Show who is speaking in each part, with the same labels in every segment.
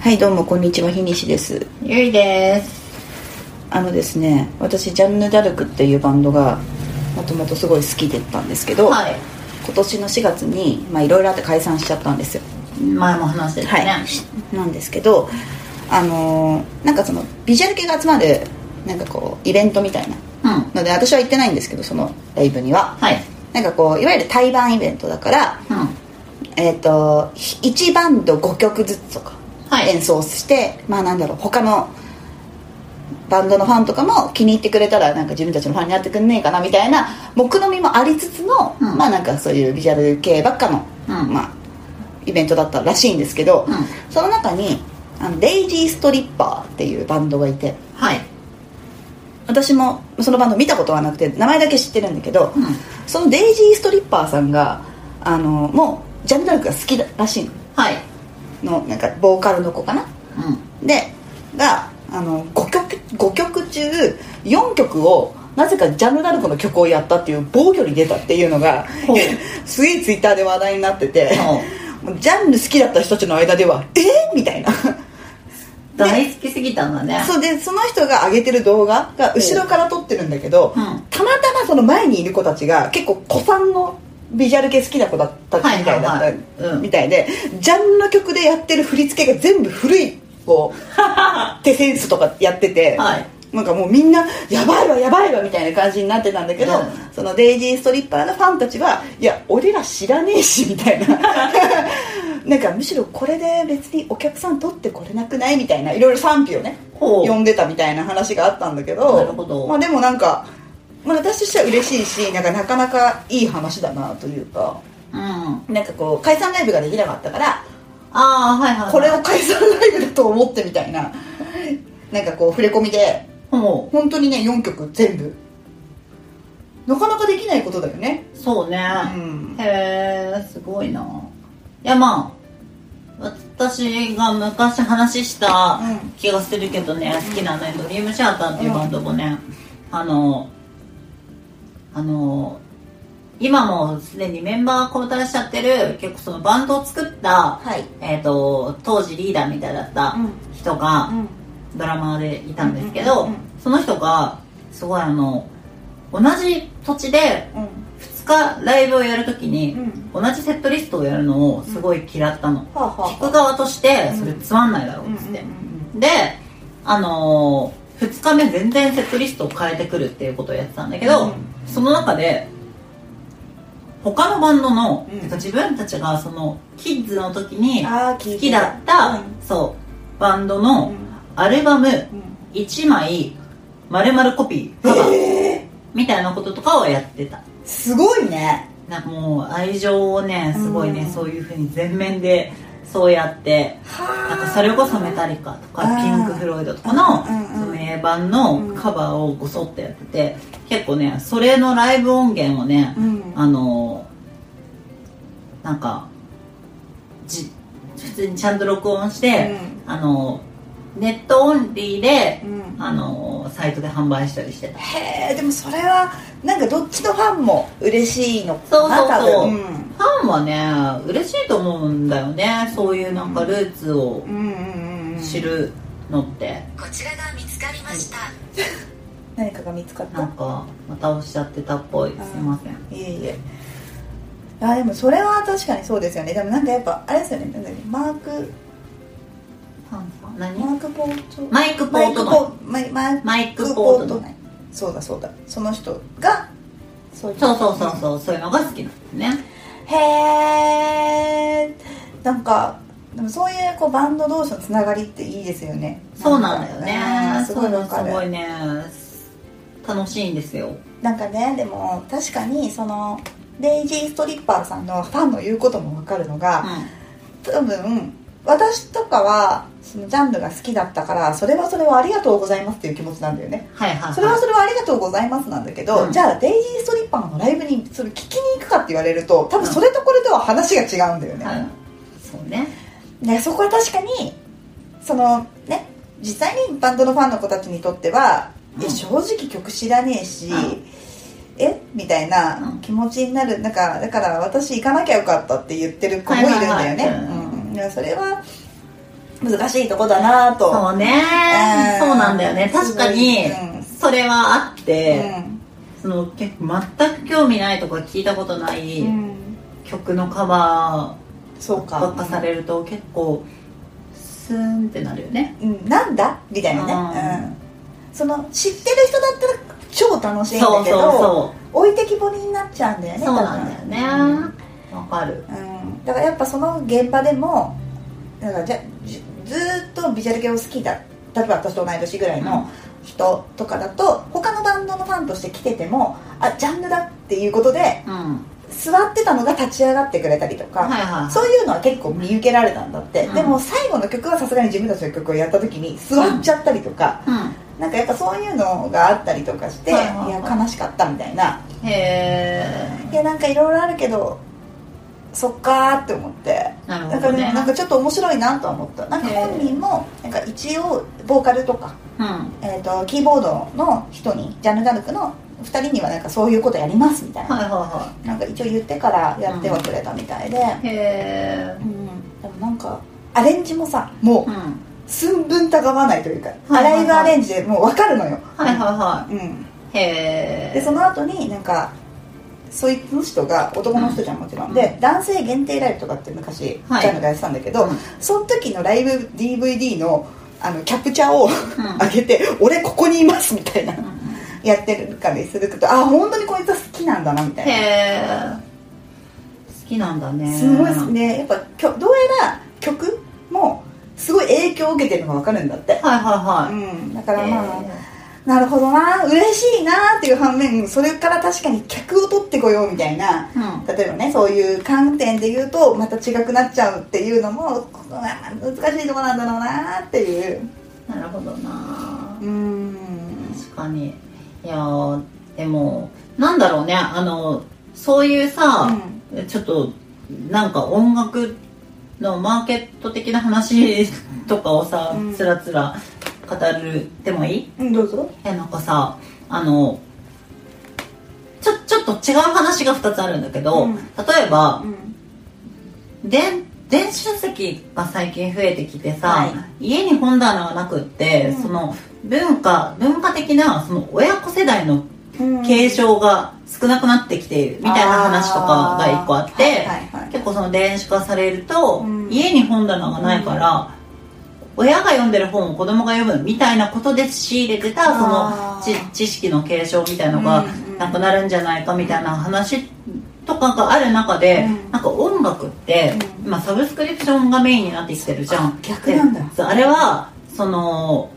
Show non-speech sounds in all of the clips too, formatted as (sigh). Speaker 1: はいどうもこんにちは日西です
Speaker 2: ゆいです
Speaker 1: あのですね私ジャンヌ・ダルクっていうバンドがもともとすごい好きだったんですけど、
Speaker 2: はい
Speaker 1: 今年の4月にまあいろいろあって解散しちゃったんですよ
Speaker 2: 前も話してたね、
Speaker 1: はい、なんですけどあのーなんかそのビジュアル系が集まるなんかこうイベントみたいな
Speaker 2: うん
Speaker 1: ので私は行ってないんですけどそのライブには、
Speaker 2: はい
Speaker 1: なんかこういわゆる対バンイベントだから
Speaker 2: うん
Speaker 1: えっ、と1バンド5曲ずつとか
Speaker 2: はい
Speaker 1: 演奏して、まあなんだろう他のバンドのファンとかも気に入ってくれたらなんか自分たちのファンになってくんねえかなみたいな目論みもありつつの、
Speaker 2: うん
Speaker 1: まあなんかそういうビジュアル系ばっかの、
Speaker 2: うん
Speaker 1: まあ、イベントだったらしいんですけど、
Speaker 2: うん
Speaker 1: その中にあのデイジー・ストリッパーっていうバンドがいて
Speaker 2: はい
Speaker 1: 私もそのバンド見たことはなくて名前だけ知ってるんだけど、
Speaker 2: うん
Speaker 1: そのデイジー・ストリッパーさんがあのもうジャンヌ・ダルクが好きだらしい
Speaker 2: はい
Speaker 1: ののなんかボーカルの子かなでがあの5曲5曲中4曲をなぜかジャンヌ・ダルクの曲をやったっていう暴挙に出たっていうのが
Speaker 2: ほう
Speaker 1: (laughs) すげえツイッターで話題になってて
Speaker 2: ほ
Speaker 1: もうジャンヌ好きだった人たちの間ではえー、みたいな
Speaker 2: うん大好きすぎたんだね
Speaker 1: そうでその人が上げてる動画が後ろから撮ってるんだけど、
Speaker 2: うん
Speaker 1: たまたまその前にいる子たちが結構子さんのビジュアル系好きな子だったみたいだった、
Speaker 2: はいはいはいうん
Speaker 1: みたいでジャンルの曲でやってる振り付けが全部古いこう手センスとかやって
Speaker 2: (laughs)
Speaker 1: て、
Speaker 2: はい
Speaker 1: なんかもうみんなやばいわやばいわみたいな感じになってたんだけど、
Speaker 2: うん
Speaker 1: そのデイジー・ストリッパーのファンたちはいや俺ら知らねえしみたいな (laughs) なんかむしろこれで別にお客さん取ってこれなくないみたいないろいろ賛否をね
Speaker 2: ほう
Speaker 1: 呼んでたみたいな話があったんだけど
Speaker 2: なるほど
Speaker 1: まあ、でもなんか、まあ、私としては嬉しいしなんかなかなかいい話だなというか
Speaker 2: うんあ
Speaker 1: なんかこう解散ライブができなかったから
Speaker 2: あーはいはいはい
Speaker 1: これを解散ライブだと思ってみたいななんかこう触れ込みで
Speaker 2: ほ
Speaker 1: 本当にね4曲全部なかなかできないことだよね
Speaker 2: うそうね、
Speaker 1: うん
Speaker 2: へえすごいないやまあ私が昔話した
Speaker 1: うん
Speaker 2: 気がするけどね、好きなねドリームシアターっていうバンドもね、あのあの今もうすでにメンバーが交代しちゃってる結構そのバンドを作った、
Speaker 1: い
Speaker 2: えー、と当時リーダーみたいだった人が、ドラマーでいたんですけ
Speaker 1: う
Speaker 2: ど、
Speaker 1: んうんうん
Speaker 2: その人がすごいあの同じ土地で
Speaker 1: うん
Speaker 2: 2日ライブをやるときに、
Speaker 1: うん
Speaker 2: 同じセットリストをやるのをすごい嫌ったの、
Speaker 1: はあはあはあ
Speaker 2: 聞く側として
Speaker 1: うん
Speaker 2: それつまんないだろうっつって、であの2日目全然セットリストを変えてくるっていうことをやってたんだけど、
Speaker 1: うん
Speaker 2: その中で他のバンドの、
Speaker 1: うん
Speaker 2: てか自分たちがそのキッズの時に好
Speaker 1: ああ聞いて
Speaker 2: きだった、
Speaker 1: うん
Speaker 2: そうバンドの
Speaker 1: うん
Speaker 2: アルバム、
Speaker 1: うん
Speaker 2: 1枚丸々コピーカバーみたいなこととかをやってた
Speaker 1: すごいね
Speaker 2: なんかもう愛情をねすごいね、
Speaker 1: うん
Speaker 2: そういうふうに全面でそうやってなんかそれこそメタリカとか
Speaker 1: あー
Speaker 2: ピンク・フロイドとかの
Speaker 1: うんうんうん
Speaker 2: その名盤のカバーをごそっとやってて結構ねそれのライブ音源をね、
Speaker 1: うん
Speaker 2: あのなんかじ普通にちゃんと録音して、あのネットオンリーで、
Speaker 1: うん
Speaker 2: あのサイトで販売したりしてた
Speaker 1: へえでもそれはなんかどっちのファンも嬉しいの
Speaker 2: そ
Speaker 1: か
Speaker 2: う
Speaker 1: な
Speaker 2: そうそう、
Speaker 1: 多分
Speaker 2: ファンはね嬉しいと思うんだよねそういうなんかルーツを
Speaker 1: うんうんうんうん
Speaker 2: 知るのって、
Speaker 3: こちらが見つかりました。
Speaker 1: (laughs) 何かが見つかっ
Speaker 2: なん
Speaker 1: た
Speaker 2: かまたおっしゃってたっぽいすいません
Speaker 1: いえいえあでもそれは確かにそうですよねでもなんかやっぱあれですよねなんだっけマーク
Speaker 2: ファンさん
Speaker 1: マ
Speaker 2: 何
Speaker 1: ークポート
Speaker 2: マイク・ポ
Speaker 1: マイ
Speaker 2: ー
Speaker 1: ク
Speaker 2: ト
Speaker 1: ポ
Speaker 2: の
Speaker 1: ーマイマイ
Speaker 2: マイク・ポート
Speaker 1: マイクポー
Speaker 2: の
Speaker 1: トそうだそうだその人がそういう
Speaker 2: そうそうそうそうそういうのが好きなんだよね
Speaker 1: へえんかでもそういうこうバンド同士のつながりっていいですよね
Speaker 2: そうなんだよ
Speaker 1: う
Speaker 2: ね
Speaker 1: んすごいわか
Speaker 2: そういうのすご
Speaker 1: る
Speaker 2: いね楽しいんですよ
Speaker 1: なんかねでも確かにそのデイジー・ストリッパーさんのファンの言うこともわかるのが、多分私とかはそのジャンルが好きだったからそれはそれはありがとうございますっていう気持ちなんだよね
Speaker 2: はいはい、はい、
Speaker 1: それはそれはありがとうございますなんだけど、
Speaker 2: うん
Speaker 1: じゃあデイジー・ストリッパーのライブにそれ聞きに行くかって言われると多分それとこれとは話が違うんだよね、
Speaker 2: はい、そうね
Speaker 1: ね、そこは確かにそのね実際にバンドのファンの子たちにとっては、
Speaker 2: うん
Speaker 1: いや正直曲知らねえし、
Speaker 2: うん
Speaker 1: えみたいな
Speaker 2: うん
Speaker 1: 気持ちになるなんかだから私行かなきゃよかったって言ってる子もいるんだよね
Speaker 2: はいはいはい
Speaker 1: うんいやそれは難しいとこだなと
Speaker 2: そうね、
Speaker 1: えー
Speaker 2: そうなんだよね確かに
Speaker 1: うん
Speaker 2: それはあっ
Speaker 1: う
Speaker 2: て、
Speaker 1: ん
Speaker 2: その結構全く興味ないとか聞いたことない
Speaker 1: うん
Speaker 2: 曲のカバ
Speaker 1: そう
Speaker 2: ー
Speaker 1: か
Speaker 2: ばっかされると結構スーンってなるよね
Speaker 1: うん、なんだみたいなね、うん、その知ってる人だったら超楽しいん
Speaker 2: そ
Speaker 1: だ
Speaker 2: う
Speaker 1: け
Speaker 2: そう
Speaker 1: ど
Speaker 2: そ
Speaker 1: 置いてきぼりになっちゃうんだよ
Speaker 2: う
Speaker 1: ね
Speaker 2: そうなんだよね
Speaker 1: 多分
Speaker 2: わかる
Speaker 1: うんだからやっぱその現場でもだからじゃじずーっとビジュアル系を好きだ例えば私と同い年ぐらいの人とかだと他のバンドのファンとして来ててもあジャンルだっていうことで
Speaker 2: うん
Speaker 1: 座ってたのが立ち上がってくれたりとか、
Speaker 2: はいはい
Speaker 1: そういうのは結構見受けられたんだって、
Speaker 2: うん
Speaker 1: でも最後の曲はさすがに自分たちの曲をやった時に座っちゃったりとか、
Speaker 2: う
Speaker 1: なんかやっぱそういうのがあったりとかして、
Speaker 2: はいはいはい
Speaker 1: いや悲しかったみたいなん
Speaker 2: へ
Speaker 1: いやなんかいろいろあるけどそっかーって思って
Speaker 2: えなる
Speaker 1: な
Speaker 2: ほ
Speaker 1: んか
Speaker 2: ど
Speaker 1: ね
Speaker 2: ね
Speaker 1: なんかちょっと面白いなとは思ったなんか本人もなんか一応ボーカルとか、
Speaker 2: うん
Speaker 1: えー、とキーボードの人にジャンヌ・ダルクの2人にはなんかそういうことやりますみたいな,、
Speaker 2: はいはいは
Speaker 1: なんか一応言ってからやってはくれたみたいで、
Speaker 2: いへえ
Speaker 1: うんでもなんかアレンジもさも
Speaker 2: う
Speaker 1: うん寸分たがわないというか、
Speaker 2: はいはいはい
Speaker 1: アライブアレンジでもう分かるのよ、
Speaker 2: はいはいは
Speaker 1: うん、
Speaker 2: いへえ
Speaker 1: でその後になんかそいつの人が男の人じゃんもちろんで、男性限定ライブとかって昔ジ
Speaker 2: はい
Speaker 1: ャンルがやってたんだけど、
Speaker 2: うん
Speaker 1: その時のライブ DVD のあのキャプチャーを
Speaker 2: ん
Speaker 1: 上げて、俺ここにいますみたいな、
Speaker 2: ん
Speaker 1: やってるかにするとあ本当にこいつは好きなんだなみたいな
Speaker 2: へえ好きなんだね
Speaker 1: すごいっすねやっぱきょどうやら曲もすごい影響を受けてるのが分かるんだって、
Speaker 2: はいは
Speaker 1: うん、だ
Speaker 2: い
Speaker 1: か
Speaker 2: は
Speaker 1: ら
Speaker 2: い
Speaker 1: まあ、
Speaker 2: へえ
Speaker 1: なるほどな嬉しいなっていう反面それから確かに客を取ってこようみたいな、
Speaker 2: うん
Speaker 1: 例えばねそういう観点で言うとまた違くなっちゃうっていうのもここが難しいとこなんだろうなっていう
Speaker 2: なるほどな
Speaker 1: うーん
Speaker 2: 確かにいやーでもなんだろうねあのそういうさ、ちょっとなんか音楽のマーケット的な話 (laughs) とかをさ、
Speaker 1: うん
Speaker 2: つらつら語るでもいい
Speaker 1: うんどうぞ
Speaker 2: えなんかさあのちょちょっと違う話が2つあるんだけど、
Speaker 1: うん
Speaker 2: 例えば
Speaker 1: うん
Speaker 2: 電電子書籍が最近増えてきてさ、
Speaker 1: はい
Speaker 2: 家に本棚がなくって、
Speaker 1: うん
Speaker 2: その文化文化的なその親子世代の
Speaker 1: うん
Speaker 2: 継承が少なくなってきているみたいな話とかが一個あって
Speaker 1: あーはいはいはい
Speaker 2: 結構その電子化されると、
Speaker 1: うん
Speaker 2: 家に本棚がないから、親が読んでる本を子供が読むみたいなことで仕入れてたその
Speaker 1: あー
Speaker 2: 知知識の継承みたいのが
Speaker 1: うんうん
Speaker 2: なくなるんじゃないかみたいな話とかがある中で、
Speaker 1: うん
Speaker 2: なんか音楽って、
Speaker 1: うん
Speaker 2: 今サブスクリプションがメインになってきてるじゃん
Speaker 1: 逆なんだ
Speaker 2: でそうあれはその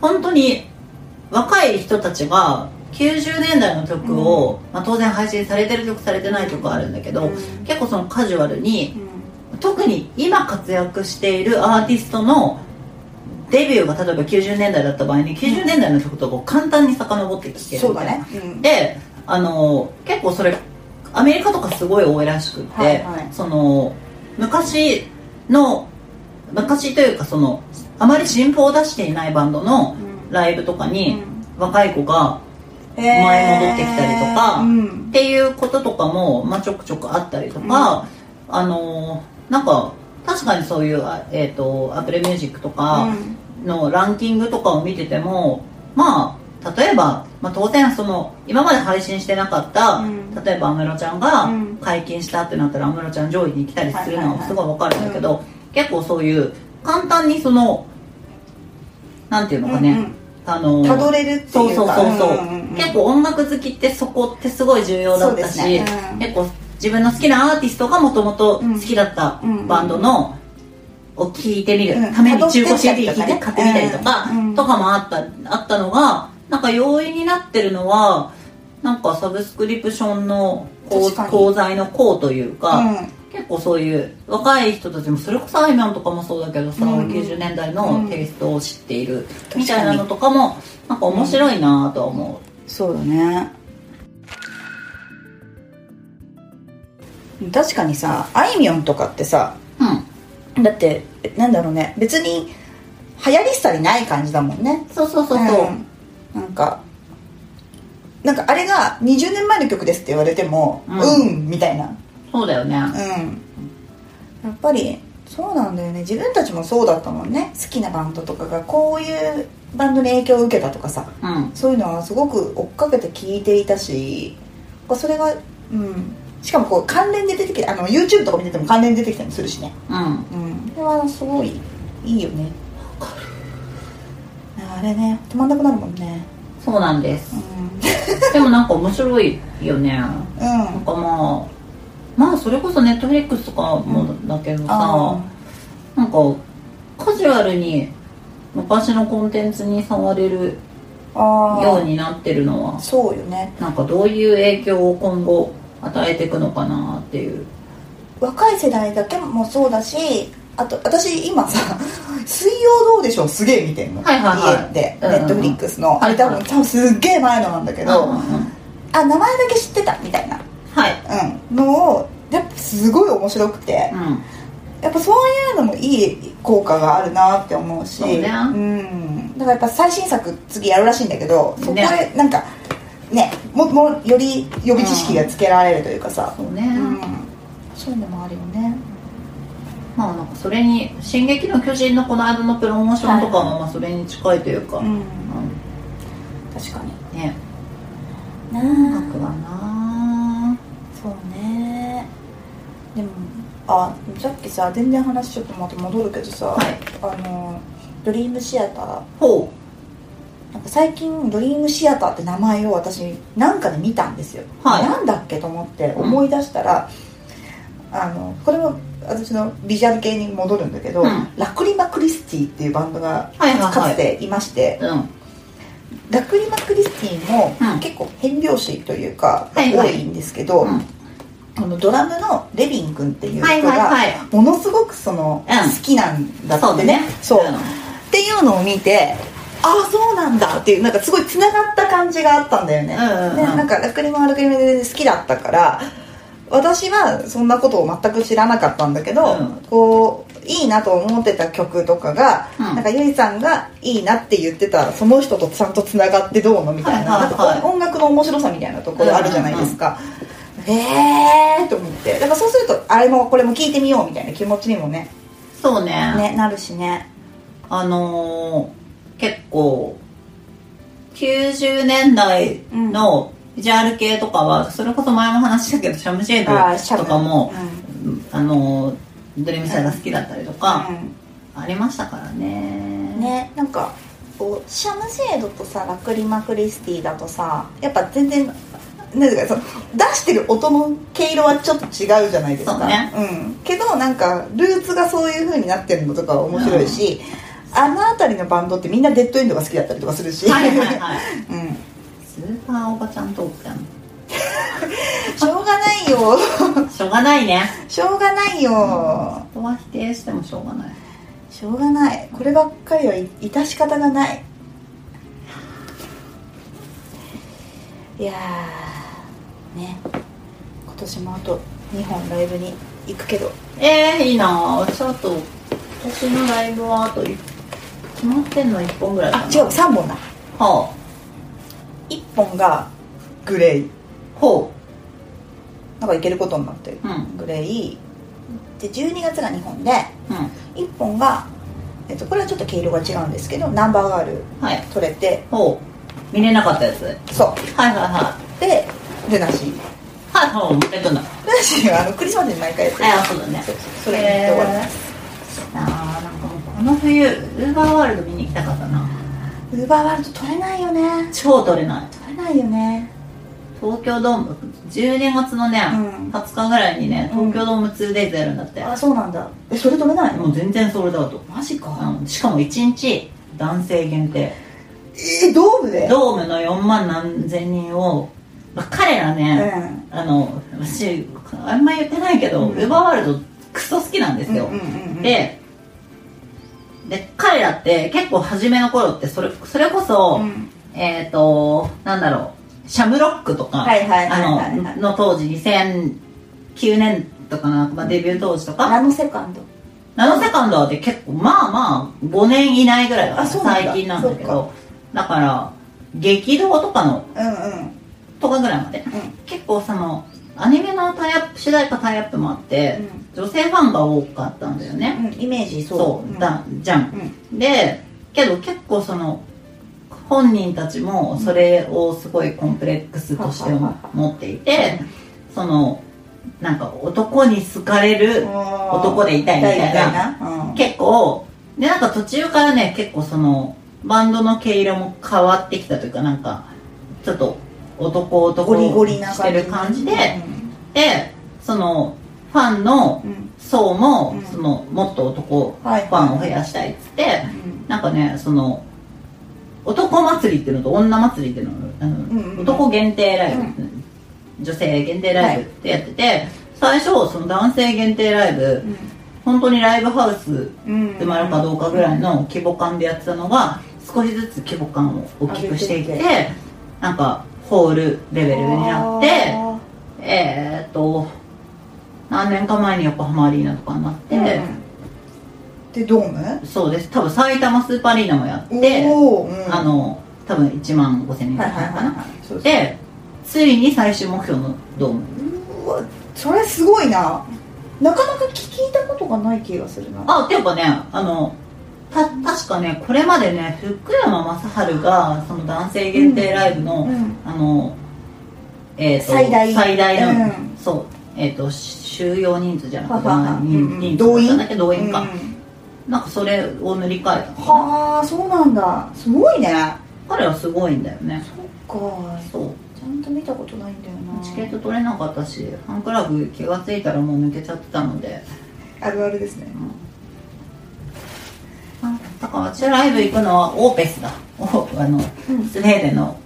Speaker 2: 本当に若い人たちが90年代の曲を、まあ、当然配信されてる曲されてない曲あるんだけど、
Speaker 1: うん
Speaker 2: 結構そのカジュアルに
Speaker 1: う
Speaker 2: 特に今活躍しているアーティストのデビューが例えば90年代だった場合に90年代の曲とかを簡単に遡ってきて
Speaker 1: ん
Speaker 2: る
Speaker 1: そ
Speaker 2: み
Speaker 1: う
Speaker 2: た
Speaker 1: だ
Speaker 2: いな
Speaker 1: ねうん
Speaker 2: であの結構それアメリカとかすごい多いらしくって、
Speaker 1: はいはい
Speaker 2: その昔の昔というかそのあまり新譜を出していないバンドの
Speaker 1: うん
Speaker 2: ライブとかに
Speaker 1: うん
Speaker 2: 若い子が
Speaker 1: へー
Speaker 2: 戻ってきたりとか
Speaker 1: うん
Speaker 2: っていうこととかも、まあ、ちょくちょくあったりとか、あのなんか確かにそういう、あえっとアップルミュージックとか、
Speaker 1: うん
Speaker 2: のランキングとかを見ててもまあ例えば、まあ、当然その今まで配信してなかった、
Speaker 1: うん
Speaker 2: 例えば安室ちゃんが
Speaker 1: うん
Speaker 2: 解禁したってなったら安室ちゃん上位に来たりす
Speaker 1: はい
Speaker 2: るの
Speaker 1: はいは
Speaker 2: はいすごいわかるんだけど、結構そういう簡単にそのなんていうのかね、あの
Speaker 1: たどれるっていうか
Speaker 2: そうそうそうそう,、
Speaker 1: んんん
Speaker 2: 結構音楽好きってそこってすごい重要だったし、
Speaker 1: そうですねうん
Speaker 2: 結構自分の好きなアーティストがもともと好きだった
Speaker 1: うん
Speaker 2: バンドのを聴いてみる
Speaker 1: うん
Speaker 2: ために中
Speaker 1: 辿
Speaker 2: 古
Speaker 1: ってったり
Speaker 2: CD
Speaker 1: と
Speaker 2: 聴い
Speaker 1: か
Speaker 2: て
Speaker 1: ね
Speaker 2: 買ってみたりとか
Speaker 1: うん
Speaker 2: とかもあったあったのがなんか容易になってるのはなんかサブスクリプションのこう
Speaker 1: 確かに
Speaker 2: 功罪の功というか、
Speaker 1: うん
Speaker 2: 結構そういう若い人たちもそれこそあいみょんとかもそうだけどさ、
Speaker 1: うん
Speaker 2: 90年代のテイストを知っているみたいなのとかもなんか面白いなとは思
Speaker 1: そうだね確かにさあいみょんとかってさ
Speaker 2: ううん
Speaker 1: だってなんだろうね別に流行りしたりない感じだもんね
Speaker 2: そうそうそうそう、
Speaker 1: んなんかなんかあれが20年前の曲ですって言われても
Speaker 2: う
Speaker 1: うんん、みたいな
Speaker 2: そうだよね
Speaker 1: うんやっぱりそうなんだよね自分たちもそうだったもんね好きなバンドとかがこういうバンドに影響を受けたとかさ
Speaker 2: うん
Speaker 1: そういうのはすごく追っかけて聞いていたしそれがうんしかもこう関連で出てきてあの YouTube とか見てても関連で出てきたりするしね
Speaker 2: うん
Speaker 1: うんそれはすごいいいよねあれね止まんなくなるもんね
Speaker 2: そうなんです
Speaker 1: うん、
Speaker 2: でもなんか面白いよねなん
Speaker 1: うん、
Speaker 2: かまあまあそれこそネットフリックスとかもだけどさ
Speaker 1: あ
Speaker 2: なんかカジュアルに昔のコンテンツに触れる
Speaker 1: ーあ
Speaker 2: よう
Speaker 1: に
Speaker 2: になってるのは
Speaker 1: そうよね
Speaker 2: なんかどういう影響を今後与えていくのかなっていう
Speaker 1: 若い世代だけもそうだしあと私今さ「水曜どうでしょう」すげえ見てんの、
Speaker 2: はいはいはい
Speaker 1: 家で
Speaker 2: う
Speaker 1: ネ
Speaker 2: んうんうん
Speaker 1: ットフリックスの、
Speaker 2: はいはい
Speaker 1: あれ多分多分すっげえ前のなんだけ
Speaker 2: け
Speaker 1: ど、
Speaker 2: うんうん
Speaker 1: あ名前だけ知ってたみたいな、
Speaker 2: はい
Speaker 1: うん、のをやっぱすごい面白くて
Speaker 2: うん
Speaker 1: やっぱそういうのもいい効果があるなって思うし
Speaker 2: そうね
Speaker 1: ん、だからやっぱ最新作次やるらしいんだけどそこで
Speaker 2: ね
Speaker 1: なんかねももより予備知識がつけられるというかさ、
Speaker 2: そうね、
Speaker 1: うん、そういうのもあるよね
Speaker 2: まあなんかそれに「進撃の巨人」のこの間のプロモーションとか
Speaker 1: はい
Speaker 2: もまあそれに近いというか、
Speaker 1: う
Speaker 2: うん
Speaker 1: ん確かに
Speaker 2: ね
Speaker 1: な
Speaker 2: 音楽はな
Speaker 1: そうねでもあさっきさ全然話ちょっとまた戻るけどさ、
Speaker 2: はい
Speaker 1: あのドリームシアター
Speaker 2: ほ
Speaker 1: なんか最近ドリームシアターって名前を私なんかで見たんですよ、
Speaker 2: はい
Speaker 1: なんだっけと思って思い出したら、あのこれも私のビジュアル系に戻るんだけど、
Speaker 2: うん
Speaker 1: ラクリマ・クリスティっていうバンドが
Speaker 2: はいはいはい
Speaker 1: かつていまして、
Speaker 2: ううん
Speaker 1: ラクリマ・クリスティも
Speaker 2: うん
Speaker 1: 結構変拍子というか、
Speaker 2: はいはい
Speaker 1: 多いんですけど、
Speaker 2: うん
Speaker 1: あのドラムのレビン君っていう
Speaker 2: はい
Speaker 1: 人
Speaker 2: はい
Speaker 1: が
Speaker 2: はい
Speaker 1: ものすごくその、
Speaker 2: うん
Speaker 1: 好きなんだ
Speaker 2: そ
Speaker 1: っ
Speaker 2: うだ
Speaker 1: て
Speaker 2: ね
Speaker 1: ねそう
Speaker 2: うん
Speaker 1: っていうのを見てああそうなんだっていうなんかすごいつながった感じがあったんだよね、
Speaker 2: うんうんうん
Speaker 1: でなんかラクリマはラクリマで好きだったから私はそんなことを全く知らなかったんだけど、
Speaker 2: うん
Speaker 1: こういいなと思ってた曲とかが、
Speaker 2: うん
Speaker 1: なんかゆいさんがいいなって言ってたその人とちゃんとつながってどうのみたいな,、
Speaker 2: はいはいはい
Speaker 1: なんか音楽の面白さみたいなところあるじゃないですか、へえーと思ってだからそうするとあれもこれも聞いてみようみたいな気持ちにもね
Speaker 2: そうね
Speaker 1: ねなるしね
Speaker 2: あのー結構90年代のビジュアル系とかはそれこそ前も話したけどシャムシェ
Speaker 1: あー
Speaker 2: ードとかもあのードレミさんが好きだったりとか
Speaker 1: う、ん
Speaker 2: ありましたからね
Speaker 1: ねなんかこうシャムシェードとさラクリマクリスティだとさやっぱ全然なんていうかその出してる音の毛色はちょっと違うじゃないですか
Speaker 2: そうね
Speaker 1: うん、けどなんかルーツがそういう風になってるのとかは面白いし、あの辺りのバンドってみんなデッドエンドが好きだったりとかするし、
Speaker 2: はいはいはい
Speaker 1: (laughs) うん、
Speaker 2: スーパーおばちゃんトークだも
Speaker 1: しょうがないよ
Speaker 2: んしょうがないね
Speaker 1: しょうがないよ
Speaker 2: 人は否定してもしょうがない
Speaker 1: しょうがないこればっかりはい致し方がないいやーね今年もあと2本ライブに行くけど
Speaker 2: えー、いいなぁちょっと私のライブはあとい決まってんの1本ぐらいかな
Speaker 1: あ違う3本だ
Speaker 2: は
Speaker 1: 1本がグレイ
Speaker 2: あほ
Speaker 1: なんか行けることになってる
Speaker 2: ううん
Speaker 1: グレイで12月が2本で
Speaker 2: うん
Speaker 1: 1本が、えっと、これはちょっと毛色が違うんですけどナンバーガール
Speaker 2: はい
Speaker 1: 取れて
Speaker 2: ほう見れなかったやつはい
Speaker 1: そ
Speaker 2: はいは
Speaker 1: うでルナシー
Speaker 2: いはいはいもうえっとな
Speaker 1: ルナシーはあのクリスマスに毎回やってる
Speaker 2: えあそうだね
Speaker 1: そうそうそれに行って終わります
Speaker 2: なあなんかもうこの冬ウーバーワールド見に行きたかったな
Speaker 1: ウーバーワールド取れないよね
Speaker 2: 超取れない
Speaker 1: 取れないよね
Speaker 2: 東京ドーム12月のね、
Speaker 1: うん
Speaker 2: 20日ぐらいにね
Speaker 1: うん
Speaker 2: 東京ドーム 2days やるんだって、
Speaker 1: あそうなんだえそれ取れないの
Speaker 2: もう全然それだと
Speaker 1: マジか
Speaker 2: うんしかも1日男性限定
Speaker 1: えー、ドームで
Speaker 2: ドームの4万何千人を、まあ彼らね、
Speaker 1: う
Speaker 2: あの私あんま言ってないけど、
Speaker 1: うん
Speaker 2: ウーバーワールドクソ好きなんです
Speaker 1: ん
Speaker 2: よ、
Speaker 1: うんうんうん
Speaker 2: でで彼らって結構初めの頃ってそれそれこ
Speaker 1: う
Speaker 2: そ、
Speaker 1: ん
Speaker 2: えっ、ー、となんだろうシャムロックとか、
Speaker 1: はいはいはいはいはい
Speaker 2: あのの当時2009年とかな、まあ、デビュー当時とか、
Speaker 1: ナノセカンド
Speaker 2: ナノセカンドはで結構まあまあ5年以内ぐらいだか
Speaker 1: あ
Speaker 2: ら
Speaker 1: そうなんだ
Speaker 2: 最近なんだけどだから激動とかの
Speaker 1: うんうん
Speaker 2: とかぐらいまで
Speaker 1: うん
Speaker 2: 結構そのアニメのタイアップ主題歌タイアップもあって、女性ファンが多かったんだよね、
Speaker 1: うんイメージそう
Speaker 2: そう、
Speaker 1: ん
Speaker 2: だじゃん
Speaker 1: うん
Speaker 2: でけど結構その本人たちもそれをすごいコンプレックスとして
Speaker 1: うん
Speaker 2: 持っていてそのなんか男に好かれる男でいたいみたいな
Speaker 1: うん
Speaker 2: 結構でなんか途中からね結構そのバンドの毛色も変わってきたというかなんかちょっと男
Speaker 1: ゴリゴ
Speaker 2: 男
Speaker 1: リな
Speaker 2: してる感じで
Speaker 1: うん
Speaker 2: でそのファンの
Speaker 1: うん
Speaker 2: 層
Speaker 1: う
Speaker 2: も、
Speaker 1: ん
Speaker 2: そのもっと男フ
Speaker 1: はい
Speaker 2: ァンを増やしたいっつって、
Speaker 1: うん
Speaker 2: なんかねその男祭りっていうのと女祭りっていうのがあの、
Speaker 1: んうんうん
Speaker 2: 男限定ライブ、女性限定ライブってやってて、最初その男性限定ライブ、本当にライブハウス
Speaker 1: うん
Speaker 2: 埋まるかどうかぐらいの規模感でやってたのが少しずつ規模感を大きくしていっ
Speaker 1: 上
Speaker 2: て
Speaker 1: げて
Speaker 2: なんかホールレベルになって
Speaker 1: あ
Speaker 2: えーっと何年か前に横浜アリーナとかになっ
Speaker 1: ー
Speaker 2: て、
Speaker 1: うんでドーム
Speaker 2: そうです多分埼玉スーパーアリーナもやって
Speaker 1: おーうん
Speaker 2: あの多分1万5000人ぐ
Speaker 1: は
Speaker 2: ら
Speaker 1: い
Speaker 2: いか
Speaker 1: はいはい
Speaker 2: な、
Speaker 1: はいそうそう
Speaker 2: でついに最終目標のドーム
Speaker 1: うわそれすごいななかなか聞いたことがない気がするな
Speaker 2: あっていうかねあのた確かねこれまでね福山雅治がその男性限定ライブの、
Speaker 1: うん
Speaker 2: あの、えーと
Speaker 1: 最大
Speaker 2: 最大の、
Speaker 1: うん
Speaker 2: そうえっ、と収容人数じゃなくて、
Speaker 1: ははは
Speaker 2: まあ
Speaker 1: うんうん
Speaker 2: 人人数
Speaker 1: 動員
Speaker 2: だけ動員か、
Speaker 1: うん
Speaker 2: なんかそれを塗り替えたの
Speaker 1: はあそうなんだすごいね
Speaker 2: 彼はすごいんだよね
Speaker 1: そっか
Speaker 2: そう
Speaker 1: ちゃんと見たことないんだよな
Speaker 2: チケット取れなかったしファンクラブ気がついたらもう抜けちゃってたので
Speaker 1: あるあるですね
Speaker 2: だから私はライブ行くのはオーペスだ (laughs) おあの
Speaker 1: うん
Speaker 2: スウェーデンの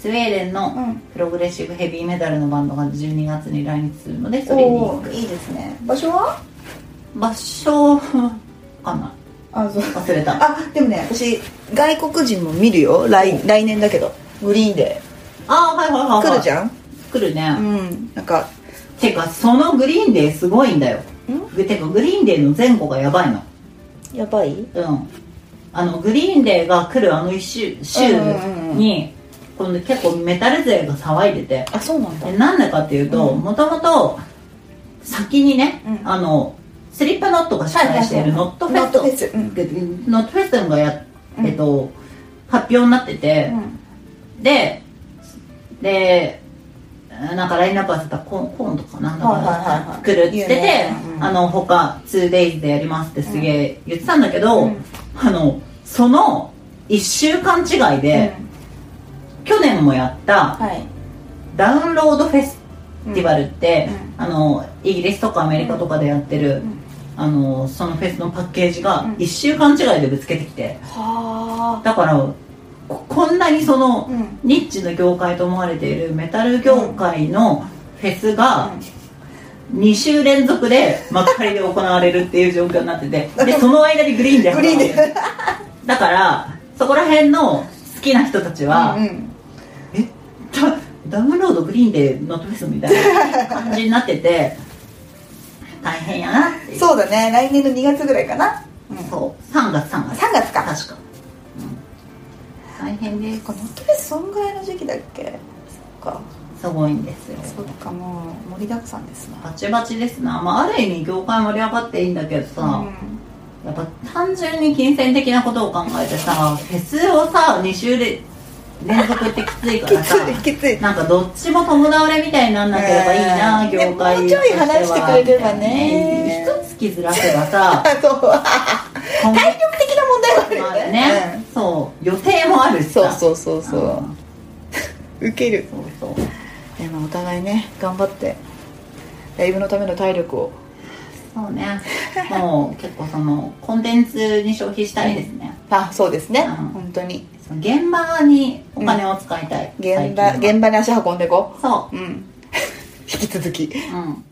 Speaker 2: スウェーデン
Speaker 1: う
Speaker 2: の
Speaker 1: ん
Speaker 2: プログレッシブヘビーメタルのバンドが12月に来日するのでそれに
Speaker 1: おおいいですね場所は
Speaker 2: 場所かな
Speaker 1: あそう
Speaker 2: 忘れた
Speaker 1: あでもね私外国人も見るよ来来年だけどグリーンで
Speaker 2: あはいはいはい、はい、
Speaker 1: 来るじゃん
Speaker 2: 来るね、
Speaker 1: うんなんか
Speaker 2: てかそのグリーンデーすごいんだよ
Speaker 1: ん
Speaker 2: てかグリーンデーの前後がやばいの
Speaker 1: やばい
Speaker 2: うんあのグリーンデーが来るあの一週週に、
Speaker 1: うんうんうん
Speaker 2: この結構メタル勢が騒いでて
Speaker 1: あそうなんだ
Speaker 2: でなんでかっていうと
Speaker 1: うん
Speaker 2: もともと先にね、
Speaker 1: うん
Speaker 2: あのスリッパノットが主催しているノットフェス
Speaker 1: ノット
Speaker 2: ト、
Speaker 1: フェスうん
Speaker 2: ノットフェストがや、えっと発表になってて、ででなんかラインナップ合わせたコーンコーンとかなんだか、
Speaker 1: はいはいはいはい
Speaker 2: 来るっつってて、
Speaker 1: 有名なうん
Speaker 2: あの他 2days でやりますってすげえ言ってたんだけど、
Speaker 1: うん
Speaker 2: あのその1週間違いで、去年もやった
Speaker 1: はい
Speaker 2: ダウンロードフェスティバルって、
Speaker 1: う
Speaker 2: あのイギリスとかアメリカとかでやってる、
Speaker 1: ん
Speaker 2: あのそのフェスのパッケージが
Speaker 1: うん
Speaker 2: 1週間違いでぶつけてきて
Speaker 1: は
Speaker 2: だからここんなにそ
Speaker 1: あ
Speaker 2: の、
Speaker 1: うん
Speaker 2: ニッチの業界と思われているメタル業界のフェスが2週連続で幕張で行われるっていう状況になっ
Speaker 1: (laughs)
Speaker 2: ててでその間にグリーンで
Speaker 1: グリーンで
Speaker 2: だからそこら辺の好きな人たちは、
Speaker 1: うん
Speaker 2: ダダウンロードグリーンでノットフェスみたいな感じになってて大変やなっていう
Speaker 1: そうだね来年の2月ぐらいかな、うん、3
Speaker 2: そう3月3月
Speaker 1: 月か
Speaker 2: 確か、うん大変です
Speaker 1: このとりあえずそんぐらいの時期だっけそっか
Speaker 2: すごいんですよ
Speaker 1: そっかもう盛りだくさんですな
Speaker 2: バチバチですな、まあ、ある意味業界盛り上がっていいんだけど
Speaker 1: (laughs)
Speaker 2: さ、
Speaker 1: うん
Speaker 2: やっぱ単純に金銭的なことを考えてさフェスをさ2週で連続ってきついか
Speaker 1: き
Speaker 2: らさ
Speaker 1: ついきつい
Speaker 2: なんかどっちも友倒れみたいになんなければいいな、
Speaker 1: うん
Speaker 2: 業界
Speaker 1: ねもうちょい話してくれればね
Speaker 2: 一つずらせばさ
Speaker 1: (laughs) あとは
Speaker 2: 今後
Speaker 1: 体力的な問題はあるよ
Speaker 2: まあ
Speaker 1: ね
Speaker 2: ね、そう予定もある
Speaker 1: うん
Speaker 2: し
Speaker 1: そう
Speaker 2: さう
Speaker 1: そうそうそ
Speaker 2: ん
Speaker 1: うウケる
Speaker 2: そうそう
Speaker 1: でもお互いね頑張ってライブのための体力を
Speaker 2: そうねもう結構そのコンテンツに消費したいですね、
Speaker 1: あそうですね、
Speaker 2: うん
Speaker 1: 本当に
Speaker 2: その現場にお金を使いたい、
Speaker 1: 現場
Speaker 2: 最近は
Speaker 1: 現場に足運んでこ (laughs)
Speaker 2: そう
Speaker 1: うん引き続き
Speaker 2: ううん